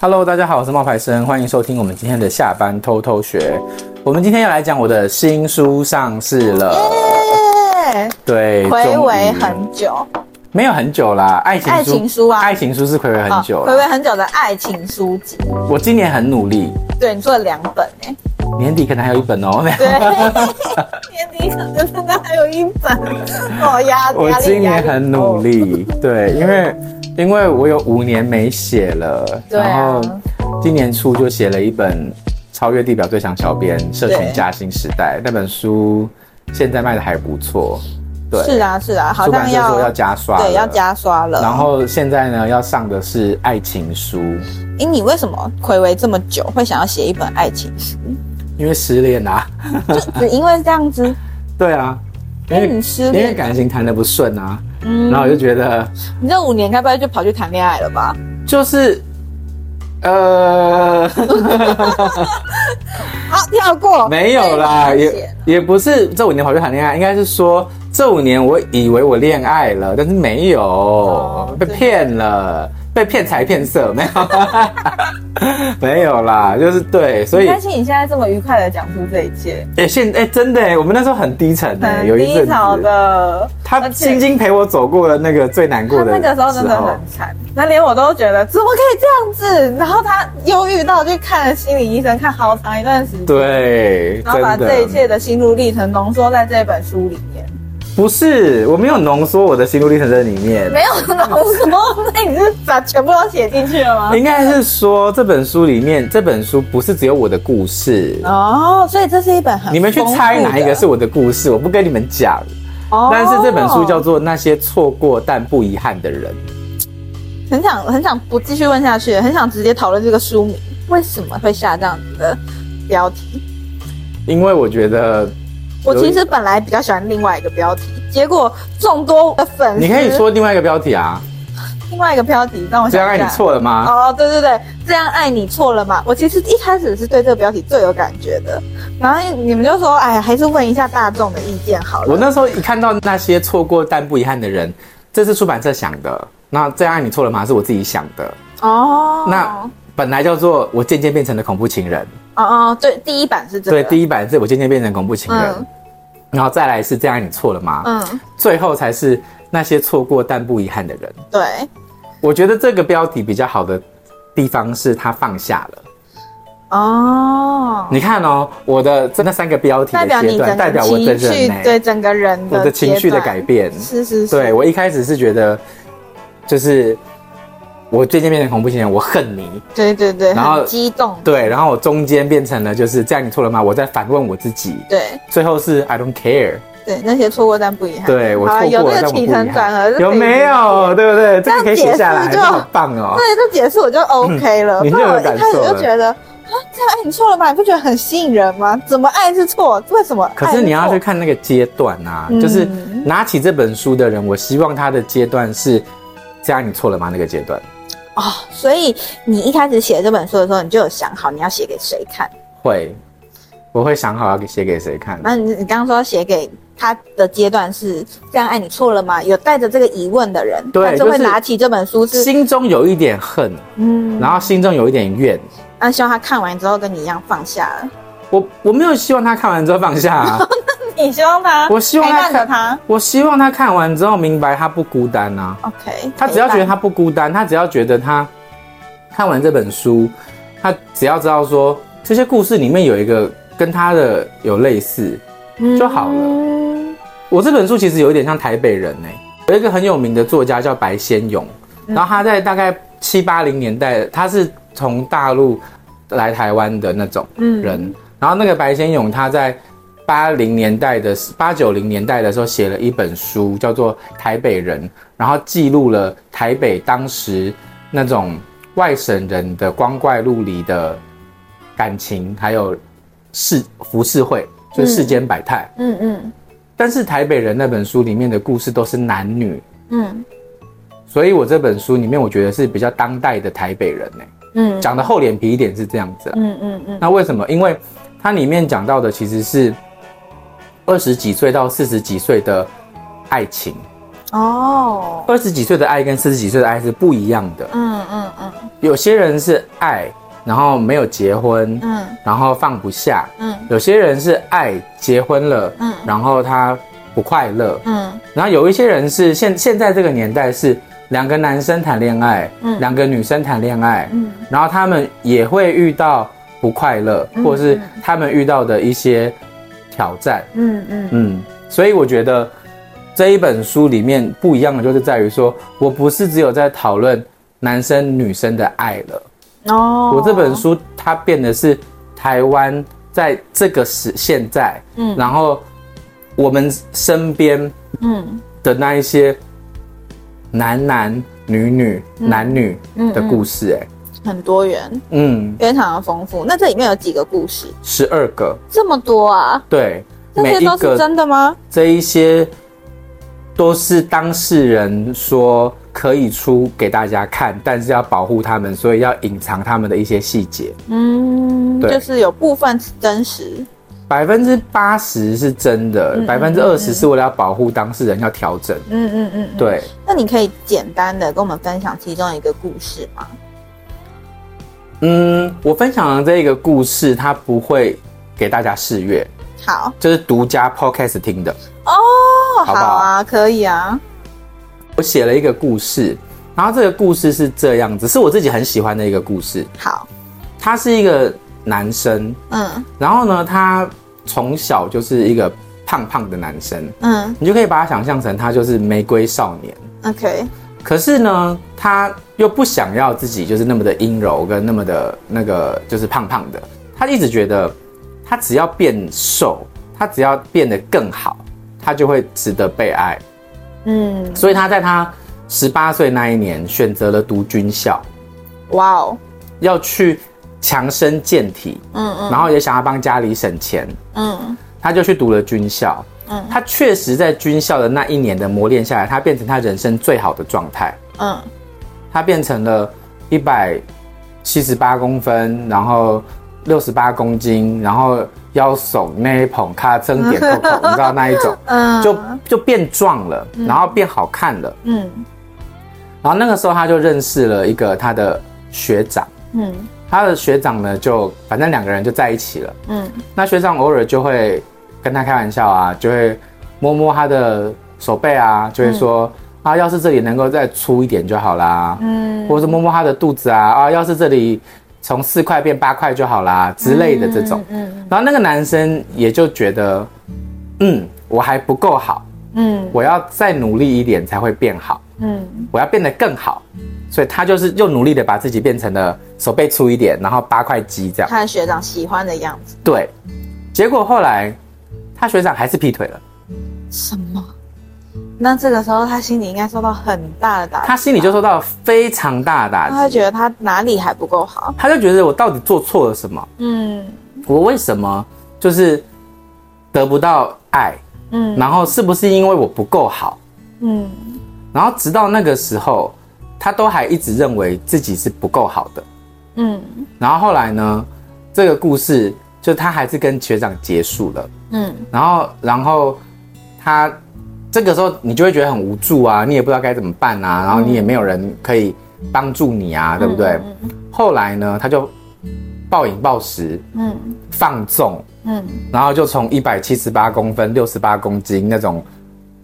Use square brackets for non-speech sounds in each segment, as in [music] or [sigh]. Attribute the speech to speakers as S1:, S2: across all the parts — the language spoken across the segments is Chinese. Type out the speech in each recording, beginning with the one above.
S1: Hello，大家好，我是冒牌生，欢迎收听我们今天的下班偷偷学。我们今天要来讲我的新书上市了，
S2: 耶
S1: 对，
S2: 哎回味
S1: 呃终于
S2: 很久，
S1: 没有很久啦，爱情书，
S2: 爱情书啊
S1: 爱情书是回味很久
S2: 哦回味
S1: 了。
S2: 很久的爱情书籍。
S1: 我今年很努力，
S2: 对你做了两本哎、
S1: 年底可能还有一本哦。 [laughs]
S2: 对，年底可能真的还有一本，哦压
S1: 我
S2: 压力
S1: 今年
S2: 压力
S1: 很努力，对，因为因为我有五年没写了，
S2: 对啊
S1: 然后今年初就写了一本《超越地表最强小编：社群加薪时代》那本书，现在卖的还不错，对，
S2: 是啊是啊，好
S1: 出版
S2: 像
S1: 社说要
S2: 要
S1: 加刷，
S2: 对要。加刷了。
S1: 然，后现在呢，要上的是爱情书，
S2: 哎，你为什么回味这么久会想要写一本爱情
S1: [laughs]
S2: 书？
S1: 因为失恋啊，
S2: 就只因为这样子，
S1: 对啊，因
S2: 因为你嗯失
S1: 因
S2: 恋
S1: 为感情谈的不顺啊，
S2: 嗯
S1: 然后我就觉得
S2: 你这五年该不会就跑去谈恋爱了吧？
S1: 就是，呃。 [laughs]
S2: 好，跳过，
S1: 没有
S2: [laughs]
S1: 啦，
S2: 这一
S1: 也
S2: 本
S1: 也不是这五年跑去谈恋爱，应该是说这五年我以为我恋爱了，但是没有，
S2: 哦
S1: 被
S2: 对
S1: 骗了，被骗财骗色，没有， [laughs] 没有啦，就是对，所
S2: 很
S1: 以
S2: 开心你现在这么愉快的讲出这一切，
S1: 哎、现哎、真的哎、我们那时候很低沉哎、
S2: 很
S1: 有一
S2: 低
S1: 阵
S2: 潮
S1: 子，
S2: 的，
S1: 他
S2: 而且
S1: 晶晶陪我走过了那个最难过
S2: 他
S1: 的
S2: 那个时候真的很惨，那连我都觉得怎么可以这样子？然后他忧郁到去看了心理医生，看好长一段时间，，
S1: 对，
S2: 然后把
S1: 真
S2: 这一
S1: 的
S2: 切的心路历程浓缩在这本书里面，
S1: 不是，我没有浓缩我的心路历程在里面，
S2: 没有浓缩，那你是把全部都写进去了吗？
S1: 应该是说这本书里面，这本书不是只有我的故事，
S2: 哦，所以这是一本很
S1: 你们去猜哪一个是
S2: 丰
S1: 我的故事，我不跟你们讲。
S2: 富的，哦
S1: 但是这本书叫做《那些错过但不遗憾的人》，
S2: 很想很想不继续问下去，很想直接讨论这个书名为什么会下这样子的标题。
S1: 因为我觉得
S2: 我其实本来比较喜欢另外一个标题，结果众多的粉丝，
S1: 你可以说另外一个标题啊，
S2: 另外一个标题，让我
S1: 这
S2: 想
S1: 样爱
S2: 一
S1: 你
S2: 下。
S1: 错了吗？
S2: 哦，对对对，这样爱你错了嘛？我其实一开始是对这个标题最有感觉的，然后你们就说，哎，还是问一下大众的意见好
S1: 我
S2: 了。
S1: 那时候一看到那些错过但不遗憾的人，这是出版社想的。那这样爱你错了吗？是我自己想的。
S2: 哦，
S1: 那本来叫做我渐渐变成了恐怖情人，
S2: 哦哦，对，第一版是这个，
S1: 对，第一版是我渐渐变成恐怖情人
S2: 嗯，
S1: 然后再来是这样爱你错了吗？
S2: 嗯，
S1: 最后才是那些错过但不遗憾的人。
S2: 对，
S1: 我觉得这个标题比较好的地方是它放下了。
S2: 哦，
S1: 你看哦，我的这那三个标题
S2: 代表
S1: 的
S2: 你
S1: 阶
S2: 整
S1: 段，代
S2: 个
S1: 表我的
S2: 情
S1: 人
S2: 绪
S1: 呢、
S2: 对整个人的
S1: 我的情绪的改
S2: 阶
S1: 变。
S2: 段，是是是，
S1: 对我一开始是觉得，就是我最近变成恐怖情人，我恨你。
S2: 对对对，
S1: 然后
S2: 很激动，
S1: 对，然后我中间变成了就是这样，你错了吗？我在反问我自己。
S2: 对
S1: 最后是 I don't care，
S2: [laughs] 对，那些错过但不遗憾，
S1: 对我
S2: 好啊
S1: 错
S2: 有
S1: 过了，但
S2: 这个
S1: 我不
S2: 起
S1: 遗
S2: 承转合
S1: 憾，
S2: 是
S1: 有
S2: 可以
S1: 没
S2: 理解
S1: 有？对不对？这个可以写下来，
S2: [laughs] 这
S1: 这
S2: 样解释就
S1: 好棒哦。
S2: 对，这解释我就 OK 了。
S1: [laughs] 你
S2: 不
S1: 就有
S2: 然我
S1: 感
S2: 一开始
S1: 受
S2: 就
S1: 了
S2: 觉得啊，这样爱你错了吧？你不觉得很吸引人吗？怎么爱是错？为什么爱
S1: 可
S2: 错？
S1: 是你要去看那个阶段啊，
S2: 嗯
S1: 就是拿起这本书的人，我希望他的阶段是“这样你错了吗”那个阶段，
S2: 哦，所以你一开始写这本书的时候，你就有想好你要写给谁看。
S1: 会，我会想好要写给谁看。
S2: 那你你刚刚说写给他的阶段是这样爱你错了吗？有带着这个疑问的人，
S1: 对
S2: 他就
S1: 就
S2: 会
S1: 是
S2: 拿起这本书是
S1: 心中有一点恨，
S2: 嗯，
S1: 然后心中有一点怨。
S2: 那希望他看完之后跟你一样放下 [laughs] 了。
S1: 我我没有希望他看完之后放下、啊，
S2: 你希望他，
S1: 我希望
S2: 陪
S1: 他
S2: 伴着
S1: 看
S2: 他。
S1: 我希望他看完之后明白他不孤单啊。
S2: OK，
S1: 他只要觉得他不孤单，他只要觉得他看完这本书，他只要知道说这些故事里面有一个跟他的有类似，
S2: 他
S1: 就好了
S2: 嗯
S1: 我这本书其实有一点像台北人呢、有一个很有名的作家叫白先勇，然后他在大概七八零年代，他是从大陆来台湾的那种
S2: 嗯
S1: 人，然后那个白先勇他在八零年代的八九零年代的时候写了一本书，叫做《台北人》，然后记录了台北当时那种外省人的光怪陆离的感情，还有世浮世绘，就是世间百态。
S2: 嗯嗯
S1: 但是台北人那本书里面的故事都是男女，
S2: 嗯
S1: 所以我这本书里面我觉得是比较当代的台北人呢、欸
S2: 嗯
S1: 讲的厚脸皮一点是这样子啦。
S2: 嗯嗯嗯
S1: 那为什么？因为它里面讲到的其实是二十几岁到四十几岁的爱情，
S2: 哦，
S1: 二十几岁的爱跟四十几岁的爱是不一样的。
S2: 嗯嗯嗯
S1: 有些人是爱，然后没有结婚，
S2: 嗯
S1: 然后放不下；
S2: 嗯
S1: 有些人是爱结婚了，
S2: 嗯
S1: 然后他不快乐。
S2: 嗯
S1: 然后有一些人是现现在这个年代是两个男生谈恋爱，
S2: 嗯
S1: 两个女生谈恋爱，
S2: 嗯
S1: 然后他们也会遇到不快乐，
S2: 嗯
S1: 或是他们遇到的一些挑战。
S2: 嗯嗯
S1: 嗯，所以我觉得这一本书里面不一样的就是在于说，我不是只有在讨论男生女生的爱了，
S2: 嗯，哦，
S1: 我这本，书它变得是台湾在这个时现在，
S2: 嗯
S1: 然后我们身边
S2: 嗯
S1: 的那一些男男女女、男女
S2: 嗯
S1: 的故事、哎，
S2: 很多元，
S1: 嗯，
S2: 非常的丰富。那这里面有几个故事？
S1: 十二个，
S2: 这么多啊？
S1: 对，
S2: 这
S1: 每
S2: 些
S1: 一
S2: 都是
S1: 个
S2: 真的吗？
S1: 这一些都是当事人说可以出给大家看，但是要保护他们，所以要隐藏他们的一些细节。
S2: 嗯，
S1: 对
S2: 就是有部分是真实。
S1: 百分之八十是真的
S2: 嗯，
S1: 百分之二十是为了要保护当事人要调整。
S2: 嗯嗯嗯，嗯。
S1: 对，
S2: 那你可以简单的跟我们分享其中一个故事吗？
S1: 嗯，我分享的这个故事，它不会给大家试阅，
S2: 好
S1: 这、是独家 podcast 听的。
S2: 哦，
S1: 好不好
S2: 啊，可以啊。
S1: 我写了一个故事，然后这个故事是这样子，是我自己很喜欢的一个故事。
S2: 好，
S1: 他是一个男生，
S2: 嗯
S1: 然后呢，他从小就是一个胖胖的男生，
S2: 嗯
S1: 你就可以把他想象成他就是玫瑰少年。
S2: ，OK，
S1: 可是呢，他又不想要自己就是那么的阴柔跟那么的那个就是胖胖的，他一直觉得他只要变瘦，他只要变得更好，他就会值得被爱。
S2: 嗯，
S1: 所以他在他十八岁那一年选择了读军校，
S2: 哇哦，
S1: 要去强身健体，
S2: 嗯嗯
S1: 然后也想要帮家里省钱，
S2: 嗯
S1: 他就去读了军校。
S2: 嗯
S1: 他确实在军校的那一年的磨练下来，他变成他人生最好的状态。
S2: 嗯
S1: 他变成了一百七十八公分，然后六十八公斤，然后腰耸那一捧，咔增点扣
S2: [laughs]
S1: 扣，你知道那一种，
S2: 嗯，
S1: 就就变壮了，然后变好看了。
S2: 嗯
S1: 然后那个时候他就认识了一个他的学长，
S2: 嗯
S1: 他的学长呢就反正两个人就在一起了。
S2: 嗯
S1: 那学长偶尔就会跟他开玩笑啊，就会摸摸他的手背啊，就会说、啊，要是这里能够再粗一点就好啦。
S2: 嗯，
S1: 或者是摸摸他的肚子啊啊，要是这里从四块变八块就好啦之类的这种。
S2: 嗯
S1: 然后那个男生也就觉得，嗯，我还不够好，
S2: 嗯
S1: 我要再努力一点才会变好，
S2: 嗯
S1: 我要变得更好。所以他就是又努力的把自己变成了手背粗一点，然后八块肌这样。
S2: 看学长喜欢的样子。
S1: 对，结果后来他学长还是劈腿了，
S2: 什么？那这个时候他心里应该受到很大的打击，
S1: 他心里就受到非常大的
S2: 他
S1: 打
S2: 会
S1: 击，
S2: 觉得他哪里还不够好。
S1: 他就觉得我到底做错了什么？
S2: 嗯
S1: 我为什么就是得不到爱？
S2: 嗯
S1: 然后是不是因为我不够好？
S2: 嗯
S1: 然后直到那个时候，他都还一直认为自己是不够好的。
S2: 嗯
S1: 然后后来呢，这个故事就他还是跟学长结束了。
S2: 嗯
S1: 然后，然后他这个时候你就会觉得很无助啊，你也不知道该怎么办啊，然后你也没有人可以帮助你啊，对不对？
S2: 嗯
S1: 后来呢，他就暴饮暴食、
S2: 嗯
S1: 放纵，
S2: 嗯
S1: 然后就从一百七十八公分、六十八公斤那种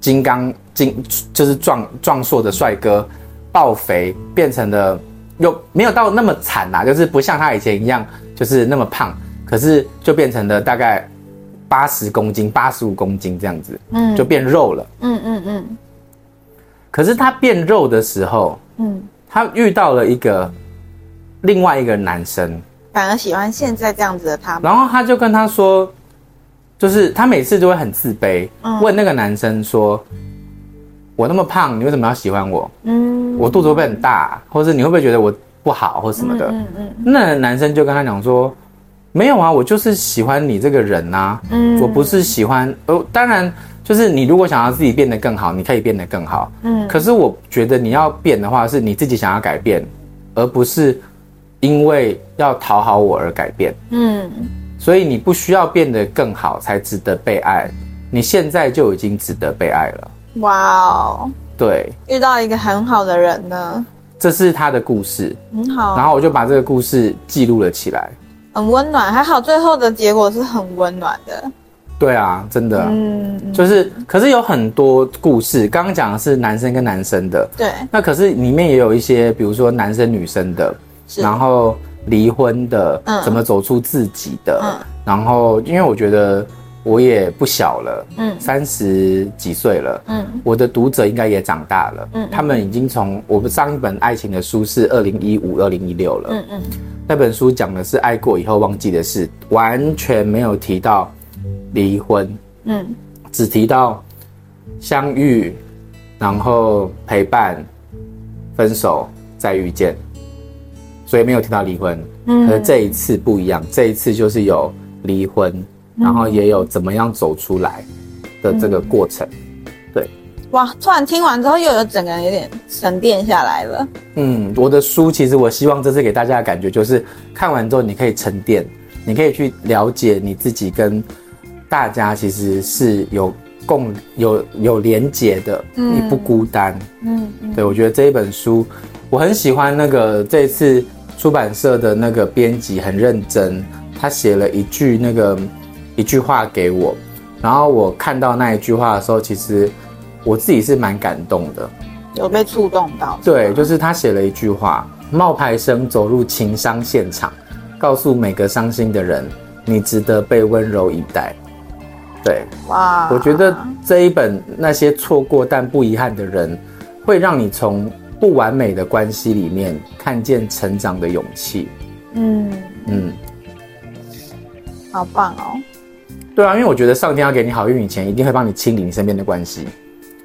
S1: 金刚金，就是壮壮硕的帅哥，爆肥变成了又没有到那么惨啦、就是不像他以前一样就是那么胖，可是就变成了大概八十公斤、八十五公斤这样子，
S2: 嗯，
S1: 就变肉了。
S2: 嗯嗯嗯
S1: 可是他变肉的时候，
S2: 嗯，
S1: 他遇到了一个另外一个男生，
S2: 反而喜欢现在这样子的他。
S1: 然后他就跟他说，就是他每次都会很自卑，
S2: 嗯
S1: 问那个男生说：“我那么胖，你为什么要喜欢我？
S2: 嗯，
S1: 我肚子会不会很大？或是你会不会觉得我不好或什么的
S2: 嗯嗯？”
S1: 那男生就跟他讲说：“没有啊，我就是喜欢你这个人呐、
S2: 嗯，
S1: 我不是喜欢哦。当然，就是你如果想要自己变得更好，你可以变得更好。
S2: 嗯
S1: 可是我觉得你要变的话，是你自己想要改变，而不是因为要讨好我而改变。”
S2: 嗯
S1: 所以你不需要变得更好才值得被爱，你现在就已经值得被爱了。
S2: 哇哦，
S1: 对，
S2: 遇到一个很好的人呢，
S1: 这是他的故事，
S2: 很好，
S1: 然后我就把这个故事记录了起来。
S2: 很温暖。还好最后的结果是很温暖的。
S1: 对啊，真的，
S2: 嗯，嗯
S1: 就是，可是有很多故事，刚刚讲的是男生跟男生的，
S2: 对，
S1: 那可是里面也有一些，比如说男生女生的，
S2: 是，
S1: 然后离婚的，
S2: 嗯
S1: 怎么走出自己的，
S2: 嗯
S1: 然后因为我觉得我也不小了，
S2: 嗯
S1: 三十几岁了。
S2: 嗯
S1: 我的读者应该也长大了，
S2: 嗯嗯
S1: 他们已经从我们上一本爱情的书是二零一五、二零一六了，
S2: 嗯嗯，
S1: 那本书讲的是爱过以后忘记的事，完全没有提到离婚，
S2: 嗯
S1: 只提到相遇，然后陪伴、分手、再遇见，所以没有提到离婚。
S2: 嗯
S1: 可是这一次不一样，这一次就是有离婚，然后也有怎么样走出来的这个过程。
S2: 哇！突然听完之后，又有整个人有点沉淀下来了。
S1: 嗯，我的书其实我希望这次给大家的感觉就是，看完之后你可以沉淀，你可以去了解你自己跟大家其实是有共有有连结的，
S2: 嗯
S1: 你不孤单。
S2: 嗯嗯，
S1: 对我觉得这一本书，我很喜欢那个这一次出版社的那个编辑很认真，他写了一句那个一句话给我，然后我看到那一句话的时候，其实我自己是蛮感动的。
S2: 有被触动到。
S1: 对，就是是他写了一句话：冒牌生走入情伤现场，告诉每个伤心的人，你值得被温柔以待。对
S2: 哇，
S1: 我觉得这一本那些错过但不遗憾的人，会让你从不完美的关系里面看见成长的勇气。
S2: 嗯，
S1: 嗯，
S2: 好棒哦。
S1: 对啊，因为我觉得上天要给你好运以前，一定会帮你清理你身边的关系，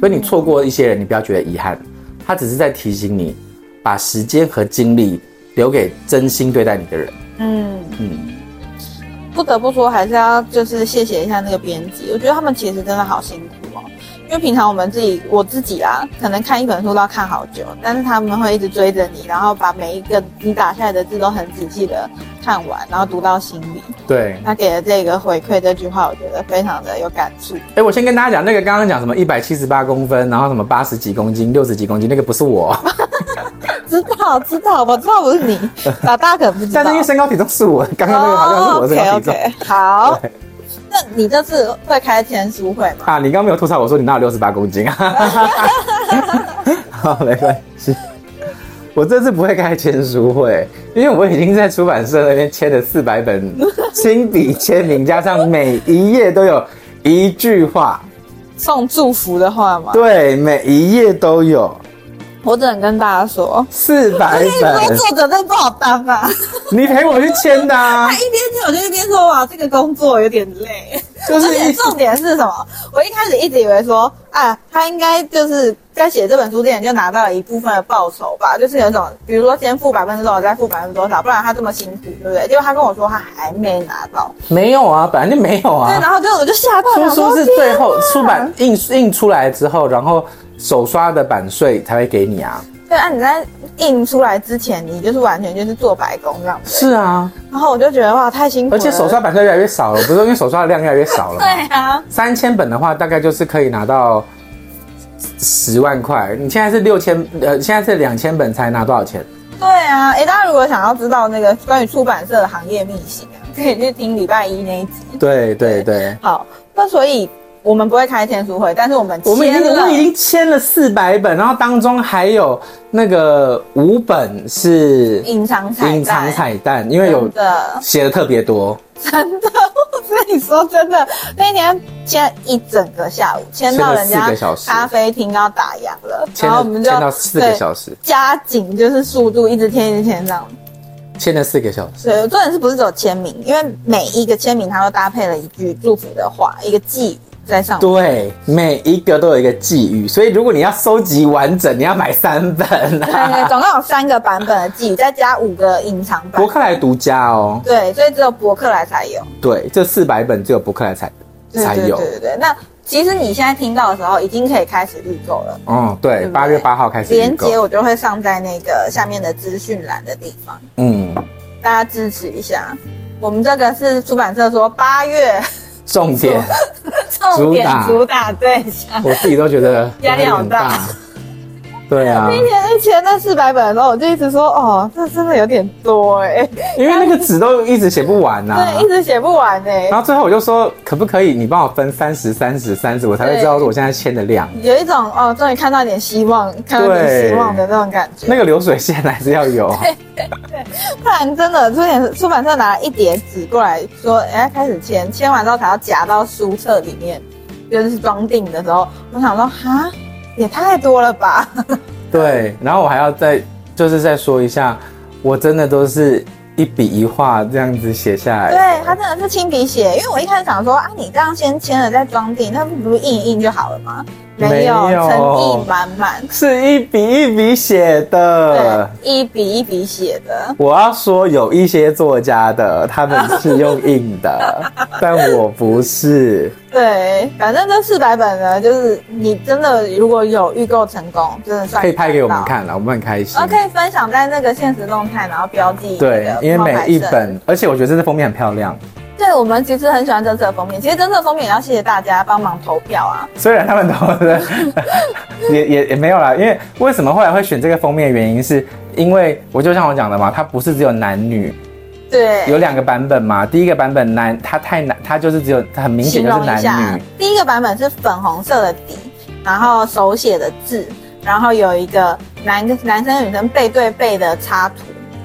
S1: 所以你错过一些人，你不要觉得遗憾，他只是在提醒你，把时间和精力留给真心对待你的人。
S2: 嗯，
S1: 嗯，
S2: 不得不说，还是要就是谢谢一下那个编辑，我觉得他们其实真的好辛苦哦。因为平常我们自己，我自己啊，可能看一本书都要看好久，但是他们会一直追着你，然后把每一个你打下来的字都很仔细的看完，然后读到心里。
S1: 对。
S2: 他给的这个回馈这句话，我觉得非常的有感触。
S1: 哎、我先跟大家讲，那个刚刚讲什么一百七十八公分，然后什么八十几公斤、六十几公斤，那个不是我，
S2: 知道知道，我知道不是你，老大可能不知道。哦
S1: 但是因为身高体重是我，刚刚那个好像是我的身
S2: OK
S1: 高体重。
S2: OK，好。那你这次会开签书会吗？
S1: 啊，你刚刚没有吐槽我说你哪有六十八公斤啊？ [laughs] 好，没关系。我这次不会开签书会，因为我已经在出版社那边签了四百
S2: [laughs]
S1: 本亲笔签名，加上每一页都有一句话，
S2: 送祝福的话吗？
S1: 对，每一页都有
S2: 我只能跟大家说，
S1: 四百
S2: 因为
S1: 本，
S2: 作者真的不好当啊。
S1: 你陪我去签的、啊
S2: [laughs] 他，一边听我就一边说，哇，这个工作有点累。
S1: 就
S2: 而
S1: 是
S2: 且
S1: 一
S2: 重点是什么？我一开始一直以为说，啊，他应该就是在写这本书之前就拿到了一部分的报酬吧，就是有一种，比如说先付百分之多少，再付百分之多少，不然他这么辛苦，对不对？结果他跟我说他还没拿到，
S1: 没有啊，本来就没有
S2: 对，
S1: 啊。
S2: 然后就我就吓到，
S1: 出
S2: 想
S1: 书是
S2: 天啊
S1: 最后
S2: 哪
S1: 出版印印出来之后，然后手刷的版税才会给你啊。
S2: 对啊，你在印出来之前，你就是完全就是做白工这样子。
S1: 是啊，
S2: 然后我就觉得哇，太辛苦了。
S1: 而且手刷版税越来越少了，不是因为手刷的量越来越少了
S2: [laughs] 对
S1: 吗？
S2: 啊，
S1: 三千本的话，大概就是可以拿到十万块。你现在是六千，呃，现在是两千本才拿多少钱？
S2: 对啊。哎，大家如果想要知道那个关于出版社的行业秘辛啊，可以去听礼拜一那一集。
S1: 对对对，
S2: 好，那所以我们不会开签书会，但是我们
S1: 我们已
S2: 签
S1: 经我
S2: 了
S1: 们已经签了四百本，然后当中还有那个五本是
S2: 隐藏彩蛋，
S1: 隐藏彩蛋，因为有
S2: 真的
S1: 写的特别多，
S2: 真的，我跟你说真的，那一天签一整个下午，签到人
S1: 签了四
S2: 家
S1: 个小时
S2: 咖啡厅要打烊了，
S1: 签
S2: 然后
S1: 了
S2: 我们就
S1: 签到四个
S2: 对
S1: 小时，
S2: 加紧就是速度，一直签一直签这样。
S1: 签了四个小时，
S2: 对，重点是不是只有签名？因为每一个签名它都搭配了一句祝福的话，一个寄语在上面。
S1: 对，每一个都有一个寄语，所以如果你要收集完整，你要买三本、
S2: [laughs]
S1: 啊
S2: 对对，哎总共有三个版本的寄语，再加五个隐藏版
S1: 博。客来独家哦，
S2: 对，所以只有博客来才有。
S1: 对，这四百本只有博客来才
S2: 对
S1: 才
S2: 对
S1: 有
S2: 对。对对。那其实你现在听到的时候，已经可以开始预购了。
S1: 嗯，对，
S2: 对不对
S1: 八月八号开始
S2: 链
S1: 预
S2: 接
S1: 购。
S2: 我就会上在那个下面的资讯栏的地方，
S1: 嗯，
S2: 大家支持一下。我们这个是出版社说八月 [laughs]
S1: 重点，
S2: 重点
S1: 主打
S2: 主打对
S1: [laughs]
S2: 象。
S1: 我自己都觉得
S2: 压力好
S1: 很
S2: 大。
S1: 对啊，
S2: 一年一千那四百本的时候，我就一直说，哦，这真的有点多哎、
S1: 因为那个纸都一直写不完呐、
S2: 对，一直写不完哎、
S1: 然后最后我就说，可不可以你帮我分三十、三十、三十，我才会知道说我现在签的量。
S2: 有一种哦，终于看到一点希望，看到一点希望的那种感觉。
S1: 那个流水线还是要
S2: [laughs]
S1: 有，
S2: 不然真的出版出版社拿一叠纸过来说，哎，开始签，签完之后才要夹到书册里面，就是装订的时候，我想说，哈，也太多了吧？
S1: 对。然后我还要再就是再说一下，我真的都是一笔一画这样子写下来。
S2: 对他真的是亲笔写，因为我一开始想说啊，你这样先签了再装订，那不是印一印就好了吗？没有，
S1: 没有
S2: 诚意满满，
S1: 是一笔一笔写
S2: 对
S1: 的。，
S2: 一笔一笔写的。
S1: 我要说，有一些作家的他们是用印
S2: [laughs]
S1: 的，但我不是。
S2: 对，反正这四百本呢，就是你真的如果有预购成功，真的算
S1: 可以拍给我们
S2: 到。
S1: 看了，我们很开心
S2: 然后。可以分享在那个现实动态，然后标记
S1: 对
S2: 那，个
S1: 因为
S2: 冒牌
S1: 每一
S2: 生，
S1: 本，而且我觉得这次封面很漂亮。
S2: 对我们其实很喜欢这次的封面。其实这次的封面也要谢谢大家帮忙投票啊，
S1: 虽然他们投的 [laughs] 也也也没有啦，因为为什么后来会选这个封面？原因是因为我就像我讲的嘛，它不是只有男女，有
S2: 对，
S1: 两个版本嘛。第一个版本男，它太难，它就是只有它很明显
S2: 形
S1: 就
S2: 容
S1: 是
S2: 一
S1: 男
S2: 下
S1: 女，，
S2: 第一个版本是粉红色的底，然后手写的字，然后有一个男男生女生背对背的插图。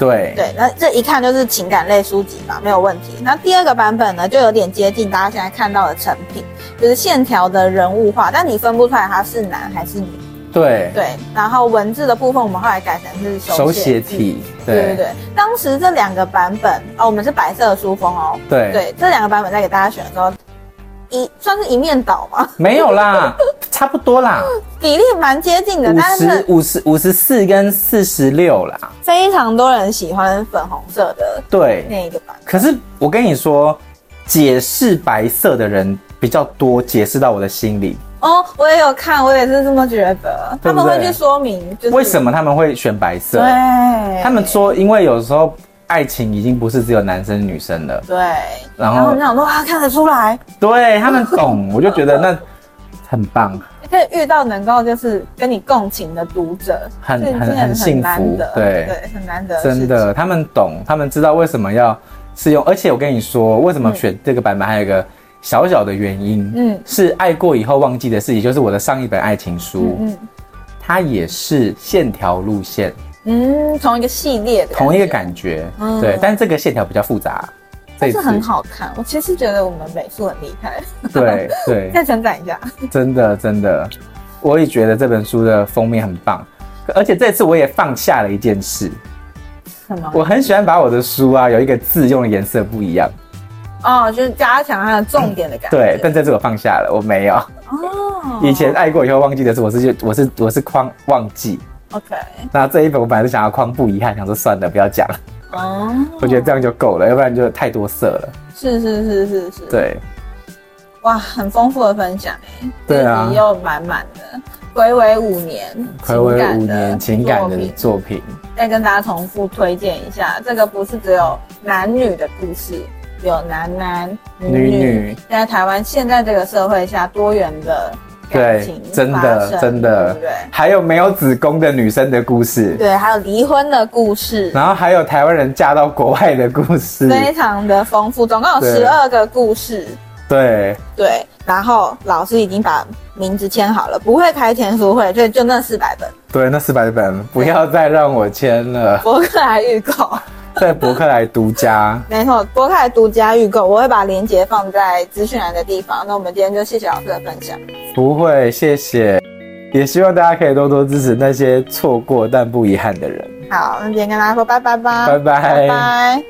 S1: 对
S2: 对，那这一看就是情感类书籍嘛，没有问题。那第二个版本呢，就有点接近大家现在看到的成品，就是线条的人物画，但你分不出来他是男还是女。
S1: 对
S2: 对，然后文字的部分我们后来改成是
S1: 手
S2: 手
S1: 写
S2: 写字。
S1: 体，
S2: 对对对，当时这两个版本哦，我们是白色的书封哦。
S1: 对
S2: 对，这两个版本在给大家选的时候，一算是一面倒
S1: [laughs]
S2: 嘛，
S1: 没有啦，
S2: [laughs]
S1: 差不多啦，
S2: 比例蛮接近的，
S1: 五
S2: 但
S1: 十
S2: 是
S1: 五十五十四跟四十六啦，
S2: 非常多人喜欢粉红色的
S1: 对。
S2: 那一个版本。
S1: 可是我跟你说，解释白色的人比较多，解释到我的心里。
S2: 哦，我也有看，我也是这么觉得。
S1: 对
S2: 他
S1: 不对
S2: 们会去说明，就是
S1: 为什
S2: 么？
S1: 么他们会选白色？
S2: 对，
S1: 他们说，因为有时候爱情已经不是只有男生女生了，
S2: 对，
S1: 然
S2: 然
S1: 后
S2: 后我们想说哇，看得出来，
S1: 对他们懂，我就觉得那很棒，
S2: 可以遇到能够就是跟你共情的读者，
S1: 很
S2: 是一件
S1: 很很幸
S2: 难
S1: 福
S2: 得
S1: 对
S2: 对，很难得事
S1: 真
S2: 情，
S1: 的，他们懂，他们知道为什么要试用，而且我跟你说，为什么选这个版本，还有一个小小的原因，
S2: 嗯
S1: 是爱过以后忘记的事，也就是我的上一本爱情书，
S2: 嗯
S1: 它也是线条路线，
S2: 嗯，同一个系列的，
S1: 同一个，感觉，
S2: 嗯
S1: 对，但是这个线条比较复杂，
S2: 但
S1: 这
S2: 是
S1: 一次
S2: 很好看。我其实觉得我们美术很厉害， [laughs]
S1: 对对，
S2: 再称赞一下。
S1: 真的真的，我也觉得这本书的封面很棒，而且这次我也放下了一件事，
S2: 什么？
S1: 我很喜欢把我的书啊有一个字用的颜色不一样，
S2: 哦，就是加强它的重点的感觉。
S1: 对，但这次我放下了，我没有。
S2: 哦，
S1: 以前爱过以后忘记的是，我是就我是我是框忘记，
S2: OK，
S1: 那这一本我本来是想要框不遗憾，想说算了不要讲了，
S2: 哦，
S1: 我觉得这样就够了，要不然就太多色了。
S2: 是是是是是，。
S1: 对，
S2: 哇，很丰富的分享哎，
S1: 对啊
S2: 自己又满满的，回违五年，
S1: 暌违五
S2: 情感的
S1: 年情感
S2: 作
S1: 的
S2: 品
S1: 作品，
S2: 再跟大家重复推荐一下，这个不是只有男女的故事，有男男女
S1: 女女
S2: 在台湾现在这个社会下多元的感
S1: 对
S2: 情，
S1: 真
S2: 发
S1: 的
S2: 生
S1: 真的
S2: 对不对？，
S1: 还有没有子宫的女生的故事，
S2: 对，还有离婚的故事，
S1: 然后还有台湾人嫁到国外的故事，
S2: 非常的丰富，总共有
S1: 对
S2: 十二个故事。
S1: 对
S2: 对，然后老师已经把名字签好了，不会开签书会，所以就那四百本。
S1: 对，那四百本不要再让我签了，
S2: 博客来预购，
S1: 在博客来独家。
S2: 没错，博客来独家预购，我会把链接放在资讯栏的地方。那我们今天就谢谢老师的分享，
S1: 不会，谢谢。也希望大家可以多多支持那些错过但不遗憾的人。
S2: 好，那今天跟大家说拜拜吧，
S1: 拜拜
S2: 拜拜。